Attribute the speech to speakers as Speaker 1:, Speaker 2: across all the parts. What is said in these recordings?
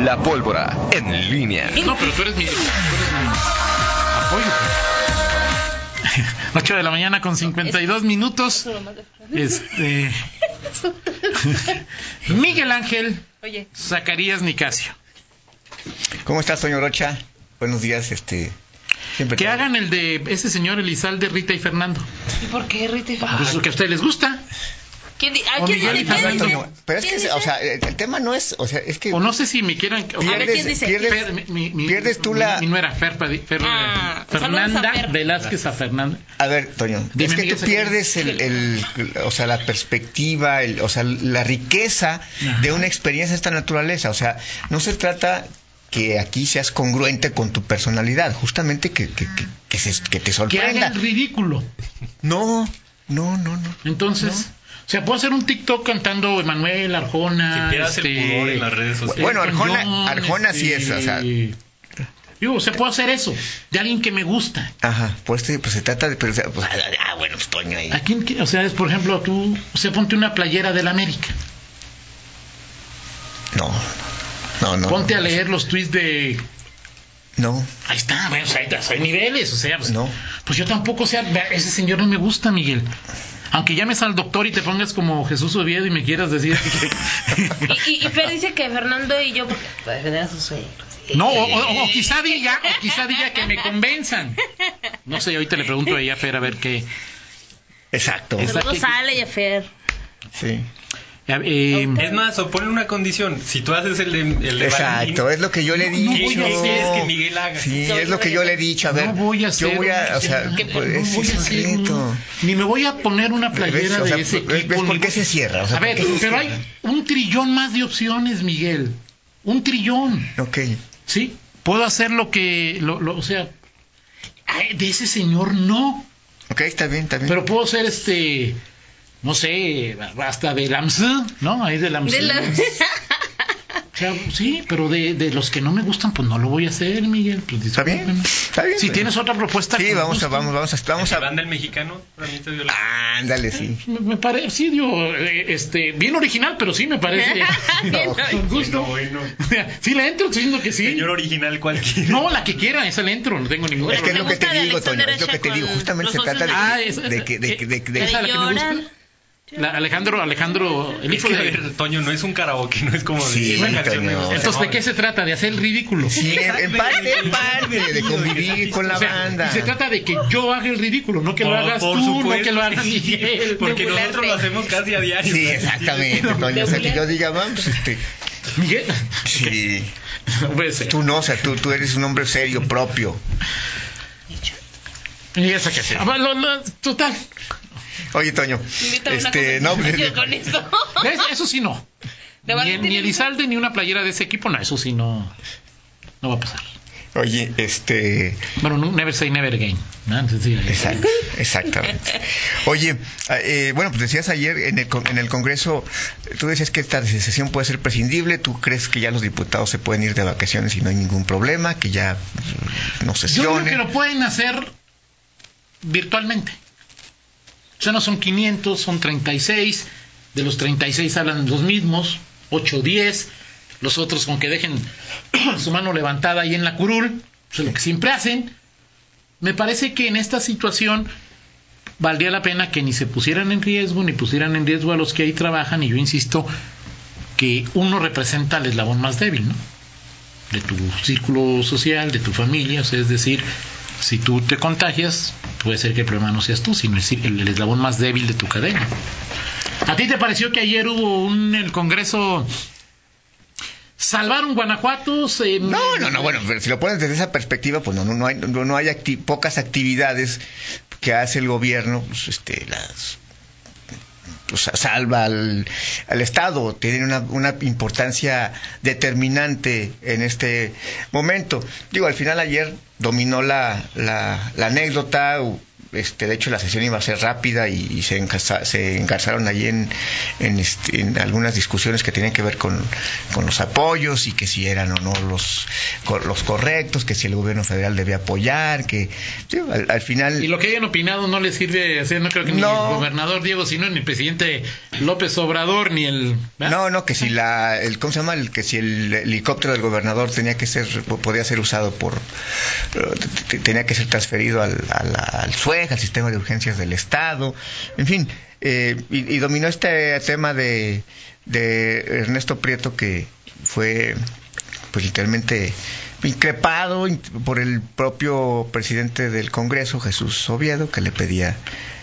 Speaker 1: La pólvora en línea.
Speaker 2: No, pero tú eres mi, tú eres mi apoyo. 8 de la mañana con 52 minutos. Este. Miguel Ángel
Speaker 3: Oye,
Speaker 2: Zacarías Nicasio.
Speaker 4: ¿Cómo estás, señor Rocha? Buenos días, este. Siempre
Speaker 2: Que
Speaker 4: te-
Speaker 2: hagan el de ese señor Elizalde, Rita y Fernando.
Speaker 3: ¿y por qué, Rita?
Speaker 2: Pues lo que a ustedes les gusta.
Speaker 3: ¿Quién di- ah,
Speaker 2: O
Speaker 3: ¿quién
Speaker 2: Miguel
Speaker 3: dice?
Speaker 2: y
Speaker 3: ¿Quién
Speaker 2: Fernando,
Speaker 3: dice?
Speaker 4: no, pero es que,
Speaker 3: ¿Quién dice?
Speaker 4: o sea, el el tema no es, o sea, es que
Speaker 2: O no sé si me quieran. o-
Speaker 3: ver,
Speaker 4: pierdes,
Speaker 3: ¿quién dice?
Speaker 4: pierdes-
Speaker 2: Fer- mi- mi-
Speaker 4: pierdes tú
Speaker 2: mi-
Speaker 4: la.
Speaker 2: Mi nuera, Fer- Fer- Fer-
Speaker 3: Ah,
Speaker 2: Fernanda
Speaker 3: saludos a Fer.
Speaker 2: Velázquez a Fernanda.
Speaker 4: A ver, Toño,
Speaker 2: Dime,
Speaker 4: es que
Speaker 2: Miguel
Speaker 4: tú
Speaker 2: Zacarías.
Speaker 4: pierdes el, el- o sea, la perspectiva, el- o sea, la riqueza
Speaker 2: Ajá.
Speaker 4: de una experiencia de esta naturaleza. O sea, no se trata que aquí seas congruente con tu personalidad, justamente que, que, que, que se- que te
Speaker 2: Que haga
Speaker 4: sorprenda.
Speaker 2: el ridículo.
Speaker 4: No, no, no, no.
Speaker 2: Entonces, o sea, puedo hacer un TikTok cantando Emanuel, Arjona. este,
Speaker 5: Que pierdas el pudor en las redes sociales.
Speaker 4: Bueno,
Speaker 2: Elton
Speaker 4: Arjona-
Speaker 2: John,
Speaker 4: Arjona sí
Speaker 2: este,
Speaker 4: es, o sea.
Speaker 2: Digo, o sea, puedo hacer eso de alguien que me gusta.
Speaker 4: Ajá, pues, te- pues se trata de... pero, o sea, pues, ah, bueno, pues Toño ahí.
Speaker 2: ¿A quién que- o sea, es por ejemplo, tú, o sea, ponte una playera del América.
Speaker 4: No, no, no.
Speaker 2: ponte
Speaker 4: no,
Speaker 2: a leer los tweets de.
Speaker 4: No,
Speaker 2: Ahí está, bueno, o sea, hay, hay niveles, o sea, pues,
Speaker 4: No.
Speaker 2: pues yo tampoco, o sea, ese señor no me gusta, Miguel. Aunque llames al doctor y te pongas como Jesús Oviedo y me quieras decir que-
Speaker 3: Y, y, y Fer dice que Fernando y yo, pues, porque para defender a sus suegros.
Speaker 2: No, o, o- o quizá diga, o quizá diga que me convenzan. No sé, ahorita le pregunto a ella, Fer, a ver qué.
Speaker 4: exacto.
Speaker 2: Es-
Speaker 3: Saludos a Ale y a Fer.
Speaker 4: Sí.
Speaker 2: Eh,
Speaker 5: Es más, o ponle una condición. Si tú haces el de, el de
Speaker 4: Exacto,
Speaker 5: Valentín,
Speaker 4: es lo que yo le he
Speaker 2: No, no
Speaker 4: dicho.
Speaker 2: voy a
Speaker 5: hacer que Miguel haga.
Speaker 4: Sí,
Speaker 3: No,
Speaker 4: es lo que yo le he dicho. A ver,
Speaker 2: no voy a hacer.
Speaker 4: yo voy a, o sea,
Speaker 2: una-
Speaker 4: pues,
Speaker 2: no
Speaker 4: ese
Speaker 2: voy
Speaker 4: es
Speaker 2: a
Speaker 4: el
Speaker 2: hacer
Speaker 4: secreto.
Speaker 2: un- ni me voy a poner una
Speaker 4: ¿Ves?
Speaker 2: playera
Speaker 4: O sea,
Speaker 2: de ese
Speaker 4: ¿ves-
Speaker 2: equipo.
Speaker 4: ves por
Speaker 2: ni-
Speaker 4: qué se cierra? O sea,
Speaker 2: a ver,
Speaker 4: ¿por qué se
Speaker 2: pero
Speaker 4: cierra?
Speaker 2: hay un trillón más de opciones, Miguel. Un trillón.
Speaker 4: Ok.
Speaker 2: ¿Sí? Puedo hacer lo que. Lo, lo- o sea. ay, De ese señor no.
Speaker 4: Ok, está bien, está bien.
Speaker 2: Pero puedo ser este. No sé, hasta del AMS, ¿no? Ahí del AMS.
Speaker 3: De la-
Speaker 2: O sea, sí, pero de, de los que no me gustan, pues no lo voy a hacer, Miguel. Pues,
Speaker 4: está bien.
Speaker 2: discúlpeme.
Speaker 4: Está bien.
Speaker 2: Si
Speaker 4: Toño.
Speaker 2: tienes otra propuesta. pues,
Speaker 4: Sí,
Speaker 2: con
Speaker 4: vamos a,
Speaker 2: gusto.
Speaker 4: vamos, vamos a, vamos
Speaker 5: la
Speaker 4: a.
Speaker 5: banda del mexicano, también te dio
Speaker 2: Ah,
Speaker 5: la-
Speaker 4: Ándale, sí.
Speaker 2: Me, me parece, sí, digo, eh, este, bien original, pero sí me parece.
Speaker 3: Bien,
Speaker 2: con gusto.
Speaker 5: Bueno, bueno.
Speaker 2: Sí, le entro, estoy diciendo que sí.
Speaker 5: Señor original cualquiera.
Speaker 2: No, la que quiera, esa le entro, no tengo ningún
Speaker 4: Es que es
Speaker 3: Me
Speaker 4: lo que
Speaker 3: gusta
Speaker 4: te
Speaker 3: de
Speaker 4: digo, Toño.
Speaker 3: Alexander
Speaker 4: Es lo que te
Speaker 3: Echa
Speaker 4: digo.
Speaker 3: con
Speaker 4: Justamente se
Speaker 3: los
Speaker 4: trata de,
Speaker 3: osos
Speaker 2: Ah, esa-
Speaker 4: de que. De, que- de, que- de-
Speaker 2: Esa- la que me gusta.
Speaker 3: Lloran.
Speaker 2: La- Alejandro, Alejandro, el
Speaker 5: Es
Speaker 2: hijo
Speaker 5: que, a
Speaker 2: de.
Speaker 5: ver, Toño, no es un karaoke, no es como de-
Speaker 4: Sí,
Speaker 5: una canción
Speaker 4: Toño.
Speaker 5: me gusta,
Speaker 2: Entonces, ¿de
Speaker 5: no,
Speaker 2: qué se trata? De hacer el ridículo.
Speaker 4: Sí, en parte, en parte de convivir con la
Speaker 2: eh, O sea,
Speaker 4: banda.
Speaker 2: y se trata de que yo haga el ridículo, no que lo
Speaker 5: Por-
Speaker 2: hagas
Speaker 5: por
Speaker 2: tú, no
Speaker 5: supuesto,
Speaker 2: que lo hagas
Speaker 5: sí,
Speaker 2: Miguel.
Speaker 5: Porque
Speaker 3: Regular
Speaker 5: nosotros lo
Speaker 3: de-
Speaker 5: hacemos casi a diario.
Speaker 4: Sí,
Speaker 5: ¿no?
Speaker 4: exactamente, Toño. O sea, que yo diga, vamos, este.
Speaker 2: Miguel,
Speaker 4: Sí.
Speaker 2: no puede ser.
Speaker 4: Tú no, o sea, tú, tú eres un hombre serio, propio.
Speaker 2: Y esa que sea. Ah, lo- lo- Total.
Speaker 4: Oye, Toño.
Speaker 3: Invítame una
Speaker 4: Este, no,
Speaker 3: conversación
Speaker 4: hombre,
Speaker 3: con eso.
Speaker 2: ¿Ves? Eso sí no.
Speaker 3: De
Speaker 2: Ni,
Speaker 3: Valentín
Speaker 2: ni
Speaker 3: y-
Speaker 2: Elizalde ni una playera de ese equipo, no, eso sí no. No va a pasar.
Speaker 4: Oye, este.
Speaker 2: Bueno, no, never say never again. ¿no? Entonces, sí, ahí.
Speaker 4: Exacto, exactamente. Oye, eh, bueno, pues decías ayer en el, con- en el Congreso, tú decías que esta decisión puede ser prescindible, tú crees que ya los diputados se pueden ir de vacaciones y no hay ningún problema, que ya mm, no
Speaker 2: Yo creo que
Speaker 4: sesionen.
Speaker 2: lo pueden hacer virtualmente. O sea, no son 500, son 36. De los 36 hablan los mismos, 8 o 10. Los otros con que dejen su mano levantada ahí en la curul, pues es lo que siempre hacen. Me parece que en esta situación valdría la pena que ni se pusieran en riesgo, ni pusieran en riesgo a los que ahí trabajan. Y yo insisto que uno representa al eslabón más débil, ¿no? de tu círculo social, de tu familia, o sea, es decir, si tú te contagias, puede ser que el problema no seas tú, sino el, cir- el- el eslabón más débil de tu cadena. ¿A ti te pareció que ayer hubo un en el Congreso salvaron Guanajuato? Se-
Speaker 4: No, no, no, bueno, pero si lo pones desde esa perspectiva, pues no, no, no hay, no, no hay acti- pocas actividades que hace el gobierno, pues, este, las pues, salva al, al Estado, tienen una, una importancia determinante en este momento. Digo, al final ayer dominó la, la, la anécdota, u- Este, de hecho, la sesión iba a ser rápida y, y se, encasa- se engarzaron allí en, en, este, en algunas discusiones que tienen que ver con, con los apoyos y que si eran o no los, co- los correctos, que si el gobierno federal debía apoyar, que sí, al, al final...
Speaker 2: Y lo que hayan opinado no les sirve, o sea, no creo que ni
Speaker 4: No.
Speaker 2: el gobernador Diego Sino, ni el presidente López Obrador, ni el... ¿verdad?
Speaker 4: No, no, que si la, el, ¿cómo se llama? El, que si el helicóptero del gobernador tenía que ser, po- podía ser usado por, eh, te- tenía que ser transferido al, a la- al SUEG, al sistema de urgencias del Estado, en fin, eh, y, y dominó este tema de, de Ernesto Prieto que fue, pues literalmente increpado in- por el propio presidente del Congreso, Jesús Oviedo, que le pedía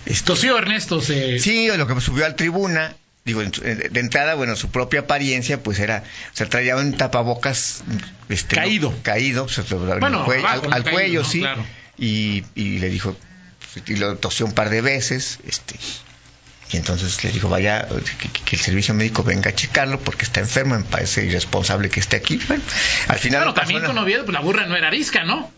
Speaker 4: esto.
Speaker 2: Tosió Ernesto, se...
Speaker 4: Sí, lo que subió al tribuna, digo, en- eh, de entrada, bueno, su propia apariencia, pues era, o sea, traía un tapabocas este,
Speaker 2: Caído.
Speaker 4: ¿no? Caído, pues,
Speaker 2: Bueno,
Speaker 4: al cuello,
Speaker 2: abajo,
Speaker 4: al-
Speaker 2: no
Speaker 4: al
Speaker 2: caído,
Speaker 4: cuello,
Speaker 2: ¿no?
Speaker 4: sí.
Speaker 2: Claro.
Speaker 4: Y, y le dijo, y lo tosió un par de veces, este. Y entonces le dijo, vaya, que, que- que el servicio médico venga a checarlo porque está enfermo, me parece irresponsable que esté aquí. Bueno, al final...
Speaker 2: Claro,
Speaker 4: no pasó
Speaker 2: también
Speaker 4: nada.
Speaker 2: con Oviedo, pues la burra no era arisca, ¿no?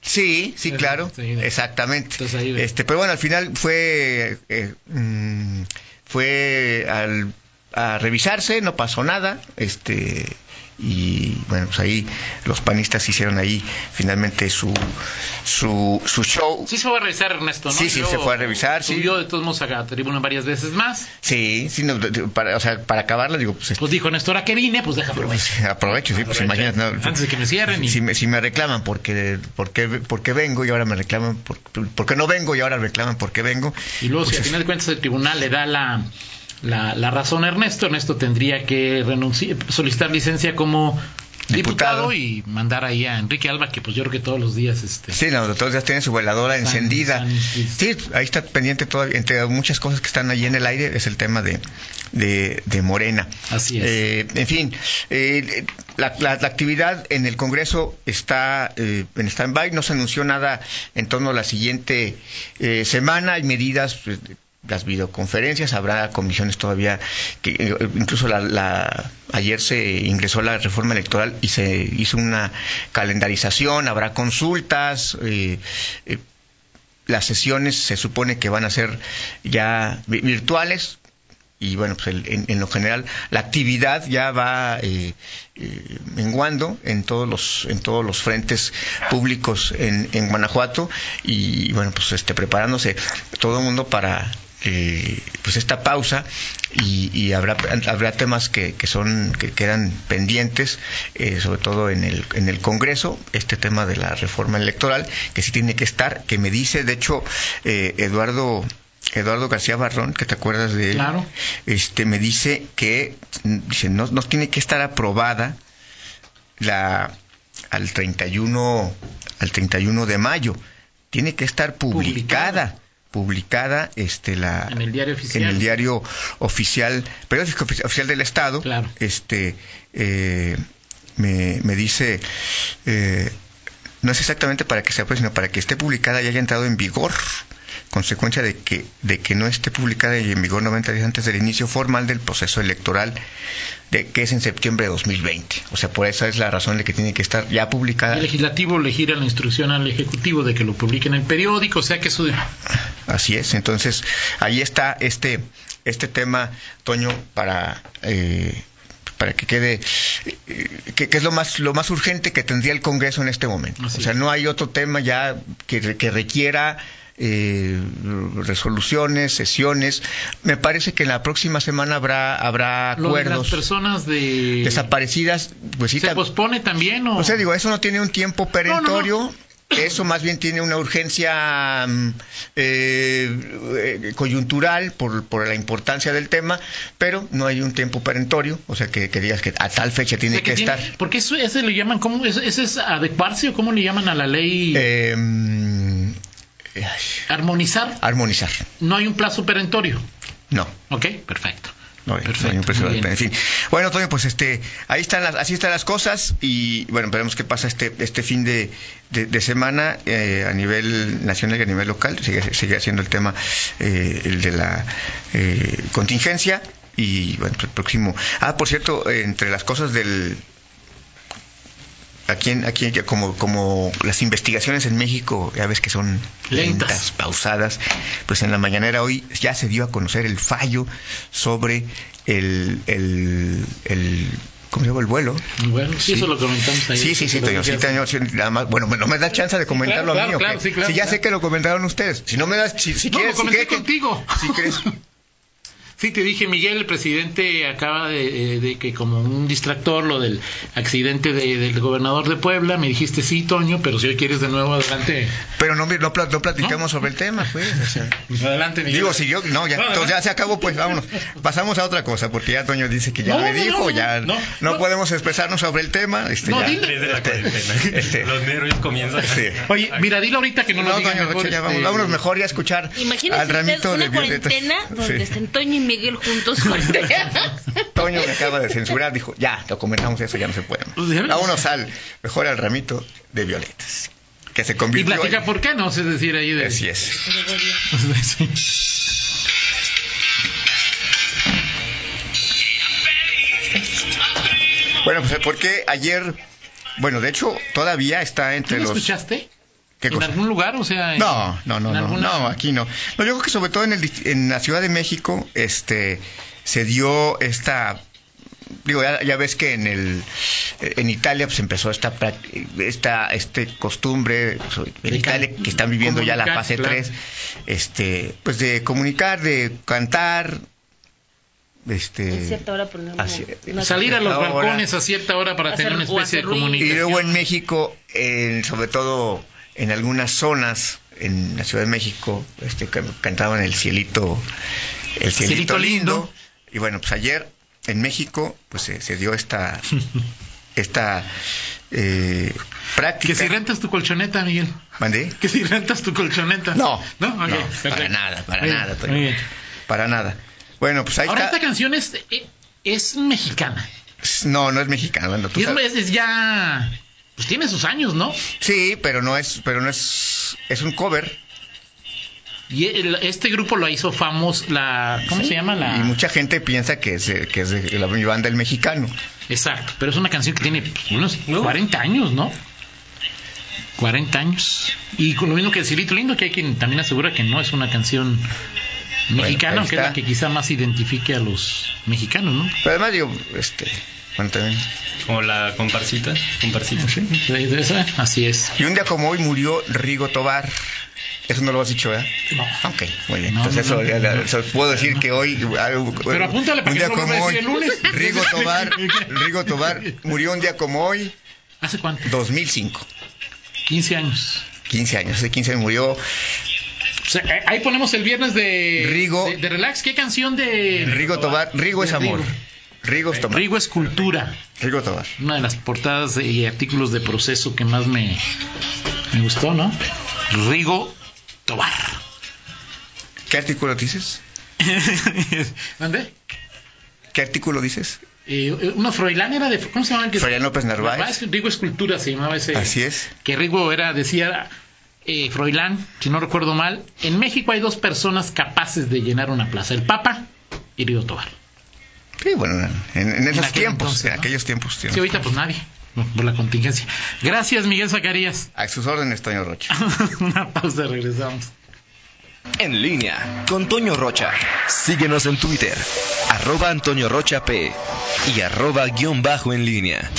Speaker 4: Sí, sí,
Speaker 2: Sí,
Speaker 4: claro,
Speaker 2: sí, sí.
Speaker 4: exactamente.
Speaker 2: Entonces ahí ve.
Speaker 4: Este, pero bueno, al final fue eh, mm, fue al, a revisarse, no pasó nada, este y bueno, pues ahí los panistas hicieron ahí finalmente su su, su show.
Speaker 2: Sí se fue a revisar Ernesto, ¿no?
Speaker 4: Sí, sí, se fue a revisar, sí.
Speaker 2: Subió de todos modos a la tribuna varias veces más.
Speaker 4: Sí, sí, no, de- de- para, o sea, para acabarlo digo, pues, este,
Speaker 2: Pues dijo Néstor Aquerine, pues deja aprovechar.
Speaker 4: pues, aprovecho, sí, pues imagínate, no,
Speaker 2: Antes de que me cierren y...
Speaker 4: si me, si me reclaman porque, porque, porque vengo y ahora me reclaman por- porque no vengo y ahora reclaman porque vengo.
Speaker 2: Y luego, si
Speaker 4: Pues,
Speaker 2: al final de cuentas el tribunal le da la, la, la razón a Ernesto, Ernesto tendría que renunciar, solicitar licencia como diputado,
Speaker 4: Diputado.
Speaker 2: y mandar ahí a Enrique Alba, que pues yo creo que todos los días este,
Speaker 4: Sí, los doctores ya tienen su veladora
Speaker 2: San-
Speaker 4: encendida.
Speaker 2: San
Speaker 4: sí,
Speaker 2: Cristóbal.
Speaker 4: ahí está pendiente todavía, entre muchas cosas que están allí en el aire, es el tema de, de, de Morena.
Speaker 2: Así es.
Speaker 4: Eh, en fin, eh, la, la- la actividad en el Congreso está eh, en stand-by, no se anunció nada en torno a la siguiente eh, semana, hay medidas... pues, las videoconferencias, habrá comisiones todavía que eh, incluso la, la- ayer se ingresó la reforma electoral y se hizo una calendarización, habrá consultas, eh, eh, las sesiones se supone que van a ser ya vi- virtuales y bueno, pues el- en, en lo general la actividad ya va eh, eh, menguando en todos los en todos los frentes públicos en, en Guanajuato y bueno, pues este preparándose todo el mundo para eh, pues esta pausa y, y habrá habrá temas que, que son que quedan pendientes eh, sobre todo en el en el Congreso este tema de la reforma electoral que sí tiene que estar que me dice de hecho eh, Eduardo Eduardo García Barrón que te acuerdas de él,
Speaker 2: Claro.
Speaker 4: este me dice que mm, dice no, no tiene que estar aprobada la al 31 al 31 de mayo tiene que estar publicada publicada, este la
Speaker 2: en el diario oficial.
Speaker 4: en el diario oficial, periódico ofici- oficial del Estado,
Speaker 2: Claro.
Speaker 4: este eh, me, me dice, eh, no es exactamente para que se apruebe, sino para que esté publicada y haya entrado en vigor. Consecuencia de que, de que no esté publicada y en vigor 90 días antes del inicio formal del proceso electoral, de que es en septiembre de 2020. O sea, por esa es la razón de que tiene que estar ya
Speaker 2: Y
Speaker 4: publicada.
Speaker 2: El legislativo le gira la instrucción al ejecutivo de que lo publique en el periódico, o sea que eso de-
Speaker 4: Así es. Entonces, ahí está este, este tema, Toño, para, eh, para que quede, eh, que, que es lo más, lo más urgente que tendría el Congreso en este momento.
Speaker 2: Así
Speaker 4: o sea,
Speaker 2: es.
Speaker 4: no hay otro tema ya que, re- que requiera eh, resoluciones, sesiones. Me parece que en la próxima semana habrá, habrá
Speaker 2: lo de las
Speaker 4: acuerdos.
Speaker 2: personas de
Speaker 4: Desaparecidas, pues sí,
Speaker 2: se
Speaker 4: tam-
Speaker 2: pospone también o,
Speaker 4: o sea, digo, eso no tiene un tiempo perentorio.
Speaker 2: No, no,
Speaker 4: Eso más bien tiene una urgencia mm, eh, eh, coyuntural por, por la importancia del tema, pero no hay un tiempo perentorio, o sea que, que digas que a tal fecha
Speaker 2: o
Speaker 4: tiene
Speaker 2: sea,
Speaker 4: que,
Speaker 2: tiene-
Speaker 4: estar.
Speaker 2: porque eso ese le llaman cómo ese, ese es adecuarse o cómo le llaman a la ley
Speaker 4: Eh, mm, ay,
Speaker 2: armonizar.
Speaker 4: armonizar.
Speaker 2: No hay un plazo perentorio.
Speaker 4: No.
Speaker 2: Ok, perfecto.
Speaker 4: No, hay- no hay un precio
Speaker 2: muy
Speaker 4: de-
Speaker 2: bien.
Speaker 4: en fin. Bueno, Toño, pues este, ahí están las, así están las cosas y bueno, veremos qué pasa este, este fin de, de- de semana eh, a nivel nacional y a nivel local. Sigue, sigue siendo el tema eh, el de la eh, contingencia y bueno, pues, el próximo. Ah, por cierto, eh, entre las cosas del Aquí, en- aquí en- como, como las investigaciones en México, ya ves que son
Speaker 2: Lentas.
Speaker 4: pausadas, pues en la mañanera hoy ya se dio a conocer el fallo sobre el, el, el ¿cómo se llama? El vuelo.
Speaker 2: Bueno, sí, eso lo comentamos ahí.
Speaker 4: Sí, sí, sí, Toño, sí, Toño, sí, nada más, bueno, no me da chance de comentarlo
Speaker 2: claro,
Speaker 4: a mí. ¿o
Speaker 2: claro,
Speaker 4: qué?
Speaker 2: sí, claro,
Speaker 4: si ya
Speaker 2: claro.
Speaker 4: sé que lo comentaron ustedes. Si no me das, si, si
Speaker 2: No,
Speaker 4: quieres,
Speaker 2: lo comenté
Speaker 4: si crees que-
Speaker 2: contigo.
Speaker 4: si crees,
Speaker 2: Sí, te dije, Miguel, el presidente acaba de, eh, de que como un distractor lo del accidente de- del gobernador de Puebla, me dijiste sí, Toño, pero si hoy quieres de nuevo, adelante.
Speaker 4: pero no, no, pla- no platicamos sobre el tema, pues. o sea.
Speaker 2: Adelante, Miguel.
Speaker 4: Digo, si yo, no, ya, entonces ya se acabó, pues vámonos. Pasamos a otra cosa, porque ya Toño dice que ya
Speaker 2: No,
Speaker 4: le
Speaker 2: no,
Speaker 4: dijo,
Speaker 2: no, no,
Speaker 4: ya no,
Speaker 2: no, no.
Speaker 4: podemos expresarnos sobre el tema. Este,
Speaker 2: No,
Speaker 4: ya.
Speaker 2: dilo.
Speaker 5: Desde la cuarentena.
Speaker 4: Este.
Speaker 5: Los nervios comienzan.
Speaker 4: Sí.
Speaker 2: Oye, mira, dilo ahorita que no
Speaker 4: No,
Speaker 2: nos
Speaker 4: Toño,
Speaker 2: digan mejor,
Speaker 4: Rocha, ya
Speaker 2: este,
Speaker 4: vamos, vámonos mejor ya a escuchar al
Speaker 3: Imagínense
Speaker 4: ramito
Speaker 3: ustedes una
Speaker 4: de violetas.
Speaker 3: cuarentena donde
Speaker 4: Sí.
Speaker 3: estén Toño y Miguel juntos corteados.
Speaker 4: Toño me acaba de censurar, dijo, ya, lo comentamos eso, ya no se puede. más.
Speaker 2: Pues, de veras.
Speaker 4: Vámonos al, mejor al ramito de violetas, que se
Speaker 2: Y
Speaker 4: convirtió
Speaker 2: platica
Speaker 4: en-
Speaker 2: por qué, no sé decir ahí de... Pues,
Speaker 4: Así es.
Speaker 2: Sí.
Speaker 4: Bueno, pues porque ayer, bueno, de hecho, todavía está
Speaker 2: ¿Tú
Speaker 4: entre
Speaker 2: lo
Speaker 4: los...
Speaker 2: escuchaste?
Speaker 4: ¿Qué
Speaker 2: ¿En
Speaker 4: cosa?
Speaker 2: algún lugar? O sea, en-
Speaker 4: No, no, no,
Speaker 2: en
Speaker 4: no,
Speaker 2: alguna-
Speaker 4: no, aquí no. No, yo creo que sobre todo en, el, dist- en la Ciudad de México, este, se dio esta, digo, ya, ya ves que en el, en Italia pues empezó esta, prac- esta, este costumbre, pues, en
Speaker 2: De
Speaker 4: Italia
Speaker 2: can-
Speaker 4: que están viviendo ya la
Speaker 2: comunicar,
Speaker 4: fase
Speaker 2: claro.
Speaker 4: 3, este, pues de comunicar, de cantar,
Speaker 3: Es
Speaker 4: este,
Speaker 3: cierto, ahora poner una-
Speaker 4: Así-
Speaker 3: una-
Speaker 2: Salir a los
Speaker 4: Ahora-
Speaker 2: balcones a cierta hora para
Speaker 3: Hacer-
Speaker 2: tener una
Speaker 3: o
Speaker 2: especie de
Speaker 3: hacer ruido.
Speaker 4: Y
Speaker 2: comunicación.
Speaker 4: luego en México, en- sobre todo en algunas zonas, en la Ciudad de México, este, can- cantaban el cielito, el cielito,
Speaker 2: Cielito
Speaker 4: lindo.
Speaker 2: lindo.
Speaker 4: Y bueno, pues ayer en México, pues se, se dio esta, esta eh, práctica.
Speaker 2: Que si rentas tu colchoneta, Miguel.
Speaker 4: ¿Mandé?
Speaker 2: Que si rentas tu colchoneta.
Speaker 4: No,
Speaker 2: No,
Speaker 4: no,
Speaker 2: Ok,
Speaker 4: para
Speaker 2: perfecto.
Speaker 4: nada, para
Speaker 2: Muy bien,
Speaker 4: nada, Toño.
Speaker 2: Muy bien.
Speaker 4: Para nada. Bueno, pues ahí
Speaker 2: Ahora
Speaker 4: está.
Speaker 2: esta canción es, eh, es mexicana.
Speaker 4: No, no es mexicano. bueno, tú
Speaker 2: Y es,
Speaker 4: sabes.
Speaker 2: es- es ya... Pues tiene sus años, ¿no?
Speaker 4: Sí, pero no es, pero no es, es un cover.
Speaker 2: Y el- este grupo lo hizo famoso la... ¿Cómo se llama? La...
Speaker 4: Y mucha gente piensa que es, eh, que es de la banda El Mexicano.
Speaker 2: Exacto, pero es una canción que tiene pues, unos
Speaker 5: No.
Speaker 2: 40 años, ¿no? 40 años. Y con lo mismo que el Cirito Lindo, que hay quien también asegura que no es una canción
Speaker 4: ahí
Speaker 2: mexicana, aunque es
Speaker 4: está.
Speaker 2: la que quizá más identifique a los mexicanos, ¿no?
Speaker 4: Pero además digo, este, bueno, también.
Speaker 5: Como la comparsita. Comparsita.
Speaker 2: De- de esa, Así es.
Speaker 4: Y un día como hoy murió Rigo Tobar. Eso no lo has dicho, ¿verdad?
Speaker 2: No.
Speaker 4: Ok, muy bien.
Speaker 2: No,
Speaker 4: Entonces
Speaker 2: no,
Speaker 4: eso,
Speaker 2: no,
Speaker 4: ya la-
Speaker 2: no.
Speaker 4: eso puedo decir que hoy... algo-
Speaker 2: Pero apúntale para
Speaker 4: un
Speaker 2: que
Speaker 4: día
Speaker 2: no lo
Speaker 4: como
Speaker 2: vuelva a
Speaker 4: hoy,
Speaker 2: decir el lunes.
Speaker 4: Rigo Tobar, Rigo Tobar murió un día como hoy,
Speaker 2: ¿Hace cuánto?
Speaker 4: 2005.
Speaker 2: 15 años.
Speaker 4: 15 años, hace 15 años murió
Speaker 2: O sea, eh, ahí- ahí ponemos el viernes de...
Speaker 4: Rigo.
Speaker 2: De, de Relax. ¿Qué canción de...
Speaker 4: Rigo Tobar. Rigo es
Speaker 2: De
Speaker 4: amor.
Speaker 2: Rigo.
Speaker 4: Rigo es Tobar.
Speaker 2: Rigo es cultura.
Speaker 4: Rigo Tobar.
Speaker 2: Una de las portadas y artículos de proceso que más me, me gustó, ¿no? Rigo Tobar.
Speaker 4: ¿Qué artículo dices?
Speaker 2: ¿Dónde?
Speaker 4: ¿Qué artículo dices?
Speaker 2: Eh, una Froilán era de. ¿Cómo se llamaba el que
Speaker 4: Froilán López Narváez.
Speaker 2: Rigo Escultura se llamaba ese.
Speaker 4: Así es.
Speaker 2: Que Rigo era, decía eh, Froilán, si no recuerdo mal, en México hay dos personas capaces de llenar una plaza: el Papa y Rigo Tobar.
Speaker 4: Sí, bueno, en, en esos
Speaker 2: aquel
Speaker 4: tiempos,
Speaker 2: entonces,
Speaker 4: en
Speaker 2: ¿no?
Speaker 4: aquellos tiempos. tío.
Speaker 2: Sí, ahorita pues nadie, por la contingencia. Gracias, Miguel Zacarías.
Speaker 4: A sus órdenes, Toño Rocha.
Speaker 2: una pausa, regresamos.
Speaker 1: En línea con Toño Rocha. Síguenos en Twitter, arroba Antonio Rocha P y arroba guión bajo en línea.